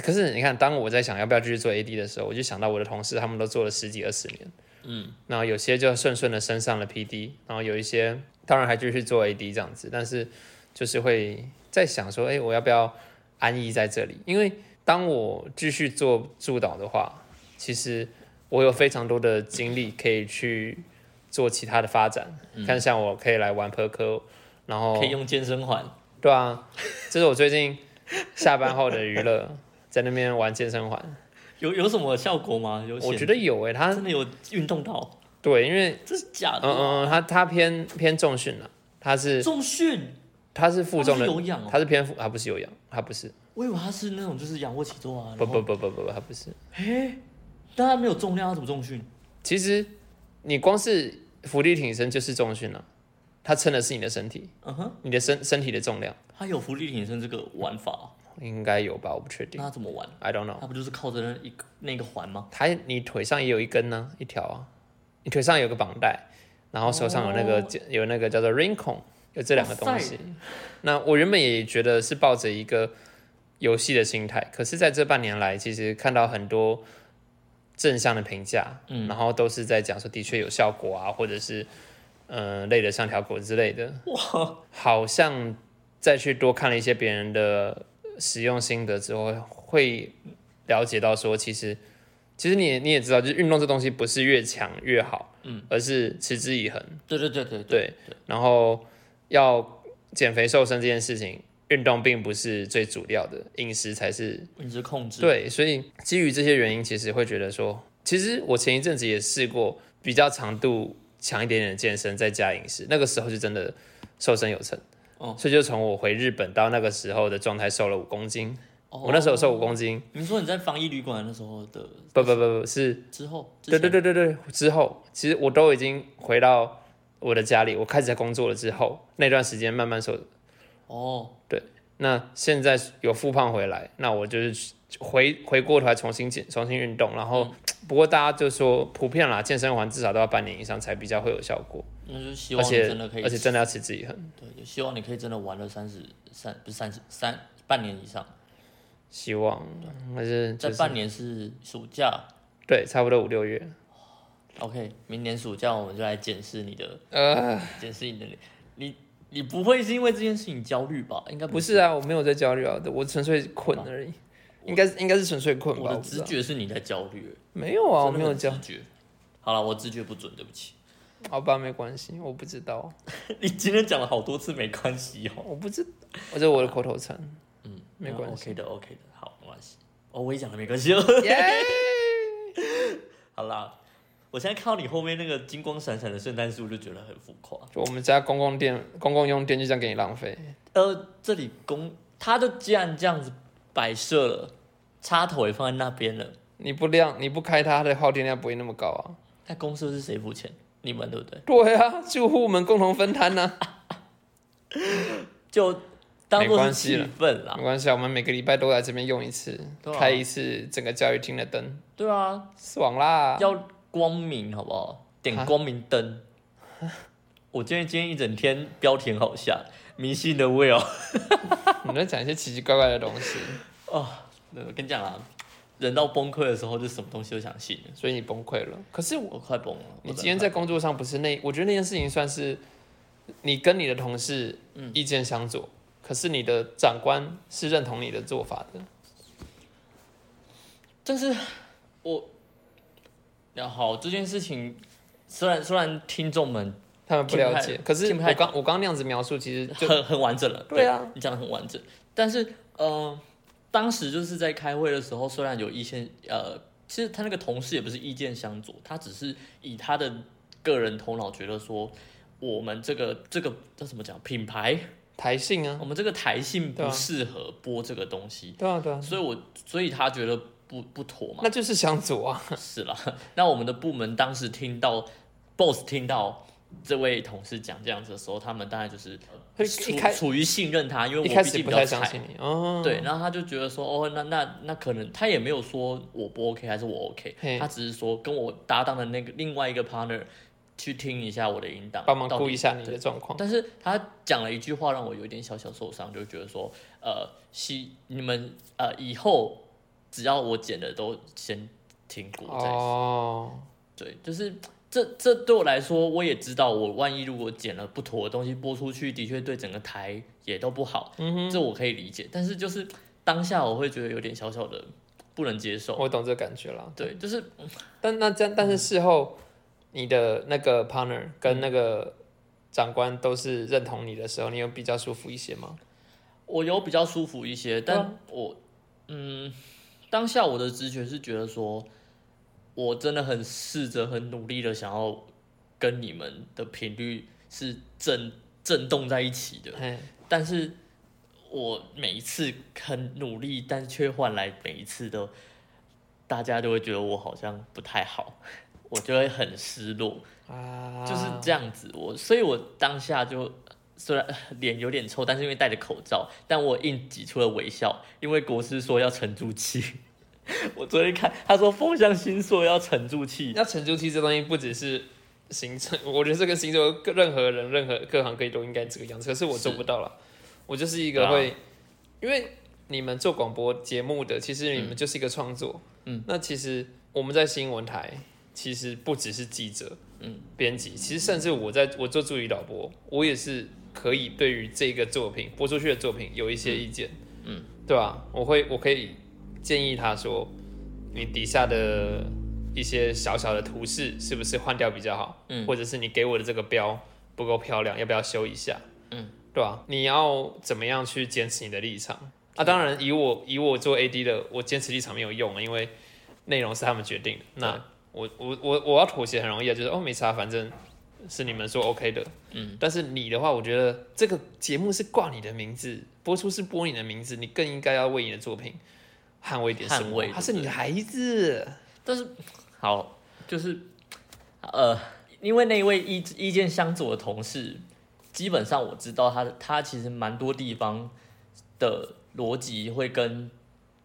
Speaker 1: 可是你看，当我在想要不要继续做 AD 的时候，我就想到我的同事他们都做了十几二十年，嗯，然后有些就顺顺的升上了 PD，然后有一些当然还继续做 AD 这样子，但是就是会在想说，哎、我要不要安逸在这里？因为当我继续做助导的话，其实我有非常多的精力可以去做其他的发展，看像我可以来玩 p e r k 然后
Speaker 2: 嗯可以用健身环，
Speaker 1: 对啊，这是我最近下班后的娱乐， 在那边玩健身环。
Speaker 2: 有有什么效果吗？有显，
Speaker 1: 我觉得有诶、
Speaker 2: 他
Speaker 1: 他
Speaker 2: 真的有运动到，
Speaker 1: 对，因为
Speaker 2: 这是假
Speaker 1: 嗯
Speaker 2: 的。
Speaker 1: 嗯，嗯他他偏偏重训了，他是
Speaker 2: 重训，
Speaker 1: 他是负重
Speaker 2: 他
Speaker 1: 的
Speaker 2: 是，有氧哦。
Speaker 1: 他是偏负，他不是有氧，他不是，
Speaker 2: 我以为他是那种就是仰卧起坐啊，
Speaker 1: 不
Speaker 2: 然
Speaker 1: 不
Speaker 2: 后，
Speaker 1: 不不不不，他不是。
Speaker 2: 但他没有重量，他怎么重训？
Speaker 1: 其实你光是伏地挺身就是重训了，他撑的是你的身体，
Speaker 2: 嗯哼，
Speaker 1: 你的身身体的重量，
Speaker 2: 他有浮力挺身这个玩法哦，
Speaker 1: 应该有吧？我不确定
Speaker 2: 那他怎么玩？
Speaker 1: ，I don't know。
Speaker 2: 他不就是靠着那一个那个环吗？
Speaker 1: 他你腿上也有一根呢、一条啊，你腿上有个绑带，然后手上有那个、
Speaker 2: 哦
Speaker 1: 有那个叫做 wrinkle，有这两个东
Speaker 2: 哇
Speaker 1: 西。那我原本也觉得是抱着一个游戏的心态，可是在这半年来，其实看到很多正向的评价，嗯，然后都是在讲说的确有效果啊，或者是嗯、呃累得像条狗之类的。哇，好像再去多看了一些别人的使用心得之后，会了解到说其实。其实你也你也知道，就是运动这东西不是越强越好，嗯，而是持之以恒。
Speaker 2: 对对对对
Speaker 1: 对，然后要减肥瘦身这件事情，运动并不是最主要的，饮食才是。
Speaker 2: 对，饮食控制。
Speaker 1: 对，所以基于这些原因，其实会觉得说，其实我前一阵子也试过比较长度强一点点的健身，再加饮食，那个时候是真的瘦身有成。
Speaker 2: 哦
Speaker 1: 所以就从我回日本到那个时候的状态瘦了五公斤，
Speaker 2: 哦，
Speaker 1: 我那时候瘦五公斤，
Speaker 2: 你说你在防疫旅馆那时候的
Speaker 1: 不不不不是
Speaker 2: 之后，哦之
Speaker 1: 对对
Speaker 2: 前，
Speaker 1: 对对对，之后其实我都已经回到我的家里，我开始在工作了之后，那段时间慢慢瘦。
Speaker 2: 哦，
Speaker 1: 那现在有复胖回来，那我就是去回回过头来重新减重新运动，然后、
Speaker 2: 嗯
Speaker 1: 不过大家就说普遍啦，健身环至少都要半年以上才比较会有效果，
Speaker 2: 那就希
Speaker 1: 而
Speaker 2: 望你
Speaker 1: 且
Speaker 2: 真的可以
Speaker 1: 而且真的要持之以恒，
Speaker 2: 对，就希望你可以真的玩了三十三，不是三十三半年以上，
Speaker 1: 希望还是
Speaker 2: 在
Speaker 1: 就是
Speaker 2: 半年是暑假
Speaker 1: 对，差不多五六月，
Speaker 2: ，OK，明年暑假我们就来检视你的，
Speaker 1: 呃，
Speaker 2: 检视你的，你你不会是因为这件事情焦虑吧？应该
Speaker 1: 不
Speaker 2: 是，
Speaker 1: 是啊，我没有在焦虑啊，我纯粹困而已，应该是应该是纯粹困吧，
Speaker 2: 我的
Speaker 1: 不知
Speaker 2: 直
Speaker 1: 道
Speaker 2: 觉是你在焦虑，
Speaker 1: 没有啊，我
Speaker 2: 真的
Speaker 1: 没有
Speaker 2: 很
Speaker 1: 焦
Speaker 2: 直，觉。好了，我直觉不准，对不起。
Speaker 1: 好吧，没关系，我不知道。
Speaker 2: 你今天讲了好多次，没关系哦。
Speaker 1: 我不知，我这是我的口头 禅。嗯，没关系。
Speaker 2: o k 的，OK 的，好，没关系。哦，我也讲了，没关系哦。
Speaker 1: 耶、
Speaker 2: 好啦，我现在看到你后面那个金光闪闪的圣诞树，就觉得很浮夸。
Speaker 1: 就我们家公共电、公共用电就这样给你浪费。
Speaker 2: 呃，这里公，他都既然这样子摆设了，插头也放在那边了，
Speaker 1: 你不亮，你不开它，它的耗电量不会那么高啊。
Speaker 2: 那公司是谁付钱？你们对不对？
Speaker 1: 对啊，住户们共同分摊呐、
Speaker 2: 就当
Speaker 1: 没
Speaker 2: 做是
Speaker 1: 关系
Speaker 2: 气
Speaker 1: 了
Speaker 2: 氛啦
Speaker 1: 没。关系啊，我们每个礼拜都来这边用一次，
Speaker 2: 对啊
Speaker 1: 开一次整个教育厅的灯，
Speaker 2: 对啊，
Speaker 1: 爽啦！
Speaker 2: 要光明好不好？点
Speaker 1: 啊
Speaker 2: 光明灯。我今天今天一整天标题很好笑，迷信的 Will
Speaker 1: 你在讲一些奇奇怪怪的东西，
Speaker 2: 我呃跟你讲啦，人到崩溃的时候，就什么东西都想信了，
Speaker 1: 所以你崩溃了。可是我，
Speaker 2: 我快崩了。
Speaker 1: 你
Speaker 2: 我真的
Speaker 1: 今天
Speaker 2: 快
Speaker 1: 在工作上不是那，我觉得那件事情算是你跟你的同事
Speaker 2: 嗯
Speaker 1: 意见相左，可是你的长官是认同你的做法的。
Speaker 2: 但是我，然后这件事情，虽然虽然听众们
Speaker 1: 他们不了解
Speaker 2: 听，不太
Speaker 1: 可是
Speaker 2: 听不
Speaker 1: 我
Speaker 2: 太
Speaker 1: 刚我刚那样子描述，其实 就
Speaker 2: 很很完整了，
Speaker 1: 对啊
Speaker 2: 你讲的很完整。但是，呃，当时就是在开会的时候，虽然有意见，呃，其实他那个同事也不是意见相左，他只是以他的个人头脑觉得说，我们这个这个叫怎么讲品牌，
Speaker 1: 台性啊，
Speaker 2: 我们这个台性
Speaker 1: 对啊
Speaker 2: 不适合播这个东西，
Speaker 1: 对啊对啊，
Speaker 2: 所以我所以他觉得不不妥嘛
Speaker 1: 那，就是相左啊，
Speaker 2: 是啦，那我们的部门当时听到 boss 听到这位同事讲这样子的时候，他们当然就是
Speaker 1: 一
Speaker 2: 处
Speaker 1: 一开
Speaker 2: 处于信任他，因为
Speaker 1: 一
Speaker 2: 我
Speaker 1: 开
Speaker 2: 毕
Speaker 1: 始
Speaker 2: 竟
Speaker 1: 不
Speaker 2: 比较
Speaker 1: 太相
Speaker 2: 菜。
Speaker 1: 信你哦，
Speaker 2: 对，然后他就觉得说，哦，那那那可能他也没有说我不 OK 还是我 OK，
Speaker 1: 嘿
Speaker 2: 他只是说跟我搭档的那个另外一个 partner 去听一下我的音档，
Speaker 1: 帮忙
Speaker 2: 到底
Speaker 1: 顾一下你的状况。
Speaker 2: 但是他讲了一句话让我有点小小受伤，就觉得说，呃，希你们呃以后只要我剪的都先听过再
Speaker 1: 哦，
Speaker 2: 对，就是这这对我来说，我也知道，我万一如果剪了不妥的东西播出去，的确对整个台也都不好，
Speaker 1: 嗯哼，
Speaker 2: 这我可以理解。但是就是当下我会觉得有点小小的不能接受，
Speaker 1: 我懂这感觉了。
Speaker 2: 对，就是
Speaker 1: 但那这样，
Speaker 2: 嗯
Speaker 1: 但是事后你的那个 partner 跟那个长官都是认同你的时候，你有比较舒服一些吗？
Speaker 2: 我有比较舒服一些，
Speaker 1: 对啊
Speaker 2: 但我嗯，当下我的直觉是觉得说，我真的很试着很努力的想要跟你们的频率是震震动在一起的，
Speaker 1: 嘿，
Speaker 2: 但是我每一次很努力，但却换来每一次都，大家都会觉得我好像不太好， 我就会很失落，
Speaker 1: 啊，
Speaker 2: 就是这样子。我所以，我当下就虽然脸有点臭，但是因为戴着口罩，但我硬挤出了微笑，因为国师说要沉住气。 我昨天看他说风象星座要沉住气，
Speaker 1: 那沉住气这东西不只是行政，我觉得这个星座任何人、任何各行各业都应该这个样子。可是我做不到了，我就是一个
Speaker 2: 啊
Speaker 1: 会，因为你们做广播节目的，其实你们就是一个创作。
Speaker 2: 嗯，
Speaker 1: 那其实我们在新闻台，其实不只是记者，
Speaker 2: 嗯，
Speaker 1: 编辑，其实甚至我在我做助理导播，我也是可以对于这个作品播出去的作品有一些意见，
Speaker 2: 嗯，
Speaker 1: 对吧？我会我可以建议他说，你底下的一些小小的图示是不是换掉比较好？
Speaker 2: 嗯
Speaker 1: 或者是你给我的这个标不够漂亮，要不要修一下？
Speaker 2: 嗯，
Speaker 1: 对吧？你要怎么样去坚持你的立场？啊，当然，以我以我做 AD 的，我坚持立场没有用啊，因为内容是他们决定的。那我我我我要妥协很容易啊，就是哦没差，反正是你们说 OK 的。
Speaker 2: 嗯，
Speaker 1: 但是你的话，我觉得这个节目是挂你的名字，播出是播你的名字，你更应该要为你的作品捍卫一点什
Speaker 2: 捍
Speaker 1: 么
Speaker 2: 卫。
Speaker 1: 他是你的孩子，
Speaker 2: 但是好，就是呃，因为那一位意意见相左的同事，基本上我知道他的他其实蛮多地方的逻辑会跟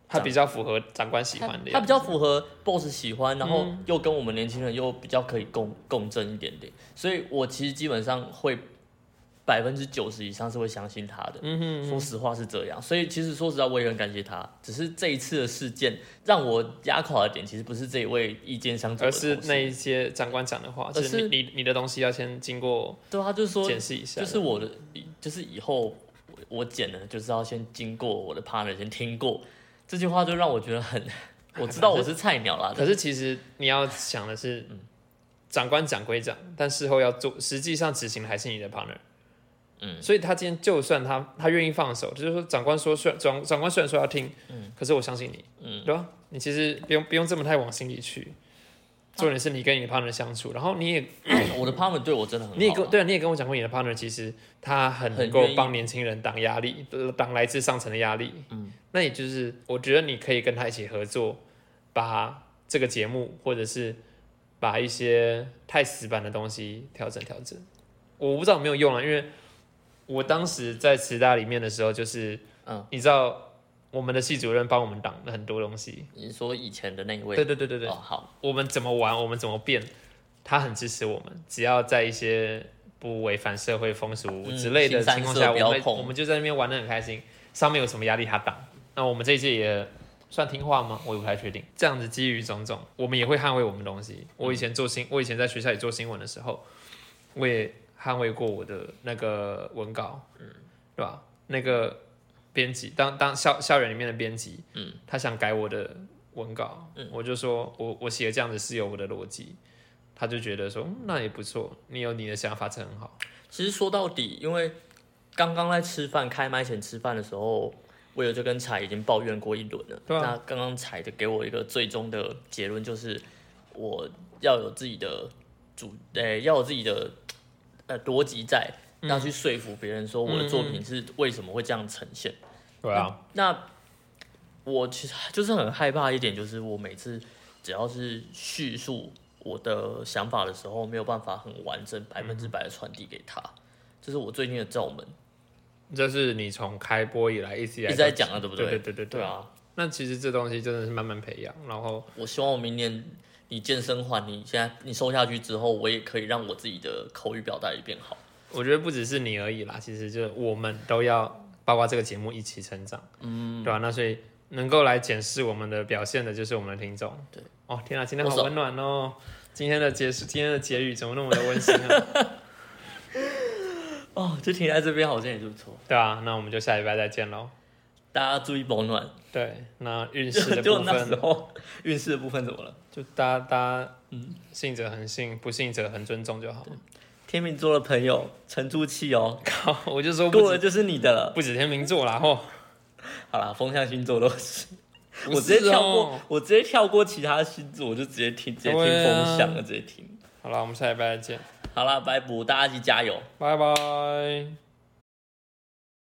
Speaker 1: 他比较符合长官喜
Speaker 2: 他
Speaker 1: 欢的
Speaker 2: 他
Speaker 1: 呀
Speaker 2: 比。较符合嗯 boss 喜欢，然后又跟我们年轻人又比较可以共共振一点点，所以我其实基本上会百分之九十以上是会相信他的。
Speaker 1: 嗯哼，
Speaker 2: 说实话是这样，所以其实说实话我也很感谢他。只是这一次的事件让我压垮的点，其实不是这一位意见相左
Speaker 1: 而
Speaker 2: 的同事，
Speaker 1: 是那一些长官讲的话，就
Speaker 2: 而
Speaker 1: 是
Speaker 2: 是
Speaker 1: 你你你的东西要先经过
Speaker 2: 对啊，就是说，
Speaker 1: 检视一下，
Speaker 2: 就是我的，就是以后我我剪了，就是要先经过我的 partner 先听过，这句话就让我觉得很，我知道我是菜鸟啦，
Speaker 1: 可是其实你要想的是，
Speaker 2: 嗯
Speaker 1: 长官讲归讲，但事后要做，实际上执行还是你的 partner。
Speaker 2: 嗯，
Speaker 1: 所以他今天就算他他愿意放手，就是说长官说虽然长长官虽然说要听，嗯，可是我相信你，嗯，对吧？你其实不用不用这么太往心里去，重点是你跟你的 partner 相处，然后你也
Speaker 2: 我的 partner 对我真的很好啊，
Speaker 1: 你也跟对啊，你也跟我讲过，你的 partner 其实他很能
Speaker 2: 很
Speaker 1: 够
Speaker 2: 愿意
Speaker 1: 帮年轻人挡压力，呃挡来自上层的压力。嗯，那也就是我觉得你可以跟他一起合作，把这个节目或者是把一些太死板的东西调整调整。我不知道有没有用啊，因为我当时在师大里面的时候，就是
Speaker 2: 嗯，
Speaker 1: 你知道我们的系主任帮我们挡了很多东西。
Speaker 2: 你说以前的那一位，
Speaker 1: 对对对对对
Speaker 2: 哦，，好，
Speaker 1: 我们怎么玩，我们怎么变，他很支持我们，只要在一些不违反社会风俗
Speaker 2: 嗯
Speaker 1: 之类的
Speaker 2: 新三
Speaker 1: 情况
Speaker 2: 色
Speaker 1: 下，
Speaker 2: 不
Speaker 1: 我
Speaker 2: 要
Speaker 1: 们
Speaker 2: 碰
Speaker 1: 我们就在那边玩的很开心。上面有什么压力他挡，那我们这一届也算听话吗？我也不太确定。这样子基于种种，我们也会捍卫我们的东西。我以前做新，我以前在
Speaker 2: 嗯
Speaker 1: 学校里做新闻的时候，我也捍卫过我的那个文稿，嗯，对吧？那个编辑，当当校校园里面的编辑，
Speaker 2: 嗯，
Speaker 1: 他想改我的文稿，嗯，我就说我我写的这样子是有我的逻辑，他就觉得说、嗯那也不错，你有你的想法，这很好。
Speaker 2: 其实说到底，因为刚刚在吃饭开麦前吃饭的时候，我有就跟彩已经抱怨过一轮了。
Speaker 1: 对啊
Speaker 2: 那刚刚彩的给我一个最终的结论，就是我要有自己的主，呃、要有自己的呃逻辑在，
Speaker 1: 嗯
Speaker 2: 要去说服别人说我的作品是为什么会这样呈现。
Speaker 1: 对啊，
Speaker 2: 那我其实就是很害怕一点，就是我每次只要是叙述我的想法的时候，没有办法很完整、百
Speaker 1: 嗯
Speaker 2: 分之百的传递给他。这是我最近的罩门，
Speaker 1: 这是你从开播以来一直以
Speaker 2: 一
Speaker 1: 来
Speaker 2: 直在讲的，对不
Speaker 1: 对对
Speaker 2: 对
Speaker 1: 对对对
Speaker 2: 对。啊！
Speaker 1: 那其实这东西真的是慢慢培养，然后
Speaker 2: 我希望我明年你健身环，你现在你瘦下去之后，我也可以让我自己的口语表达也变好。
Speaker 1: 我觉得不只是你而已啦，其实就是我们都要，包括这个节目一起成长，嗯，对吧、那所以能够来检视我们的表现的，就是我们的听众。
Speaker 2: 对，
Speaker 1: 哦，天啊，今天好
Speaker 2: 我手
Speaker 1: 温暖哦！今天的结束，今天的结语怎么那么的温馨啊？
Speaker 2: 哦，就停在这边好像也是不错。
Speaker 1: 对啊，那我们就下礼拜再见喽。
Speaker 2: 大家注意保暖。
Speaker 1: 对，那运势
Speaker 2: 就
Speaker 1: 的
Speaker 2: 就
Speaker 1: 部
Speaker 2: 那时
Speaker 1: 分，
Speaker 2: 候运势的部分怎么了？
Speaker 1: 就大家大家，嗯，信者恒信，不信者恒尊重就好了。
Speaker 2: 天秤座的朋友沉住气哦，
Speaker 1: 靠， 我就说不
Speaker 2: 过
Speaker 1: 止
Speaker 2: 了就是你的了。
Speaker 1: 不止天秤座啦，吼，
Speaker 2: 好啦，风象星座都是，
Speaker 1: 不
Speaker 2: 我直接
Speaker 1: 是
Speaker 2: 跳
Speaker 1: 哦
Speaker 2: 过，我直接跳过其他星座，我就直接听，直接听
Speaker 1: 对啊
Speaker 2: 风象了，直接听。
Speaker 1: 好了，我们下礼拜再见，
Speaker 2: 好啦，拜拜，大家一起加油。
Speaker 1: 拜拜。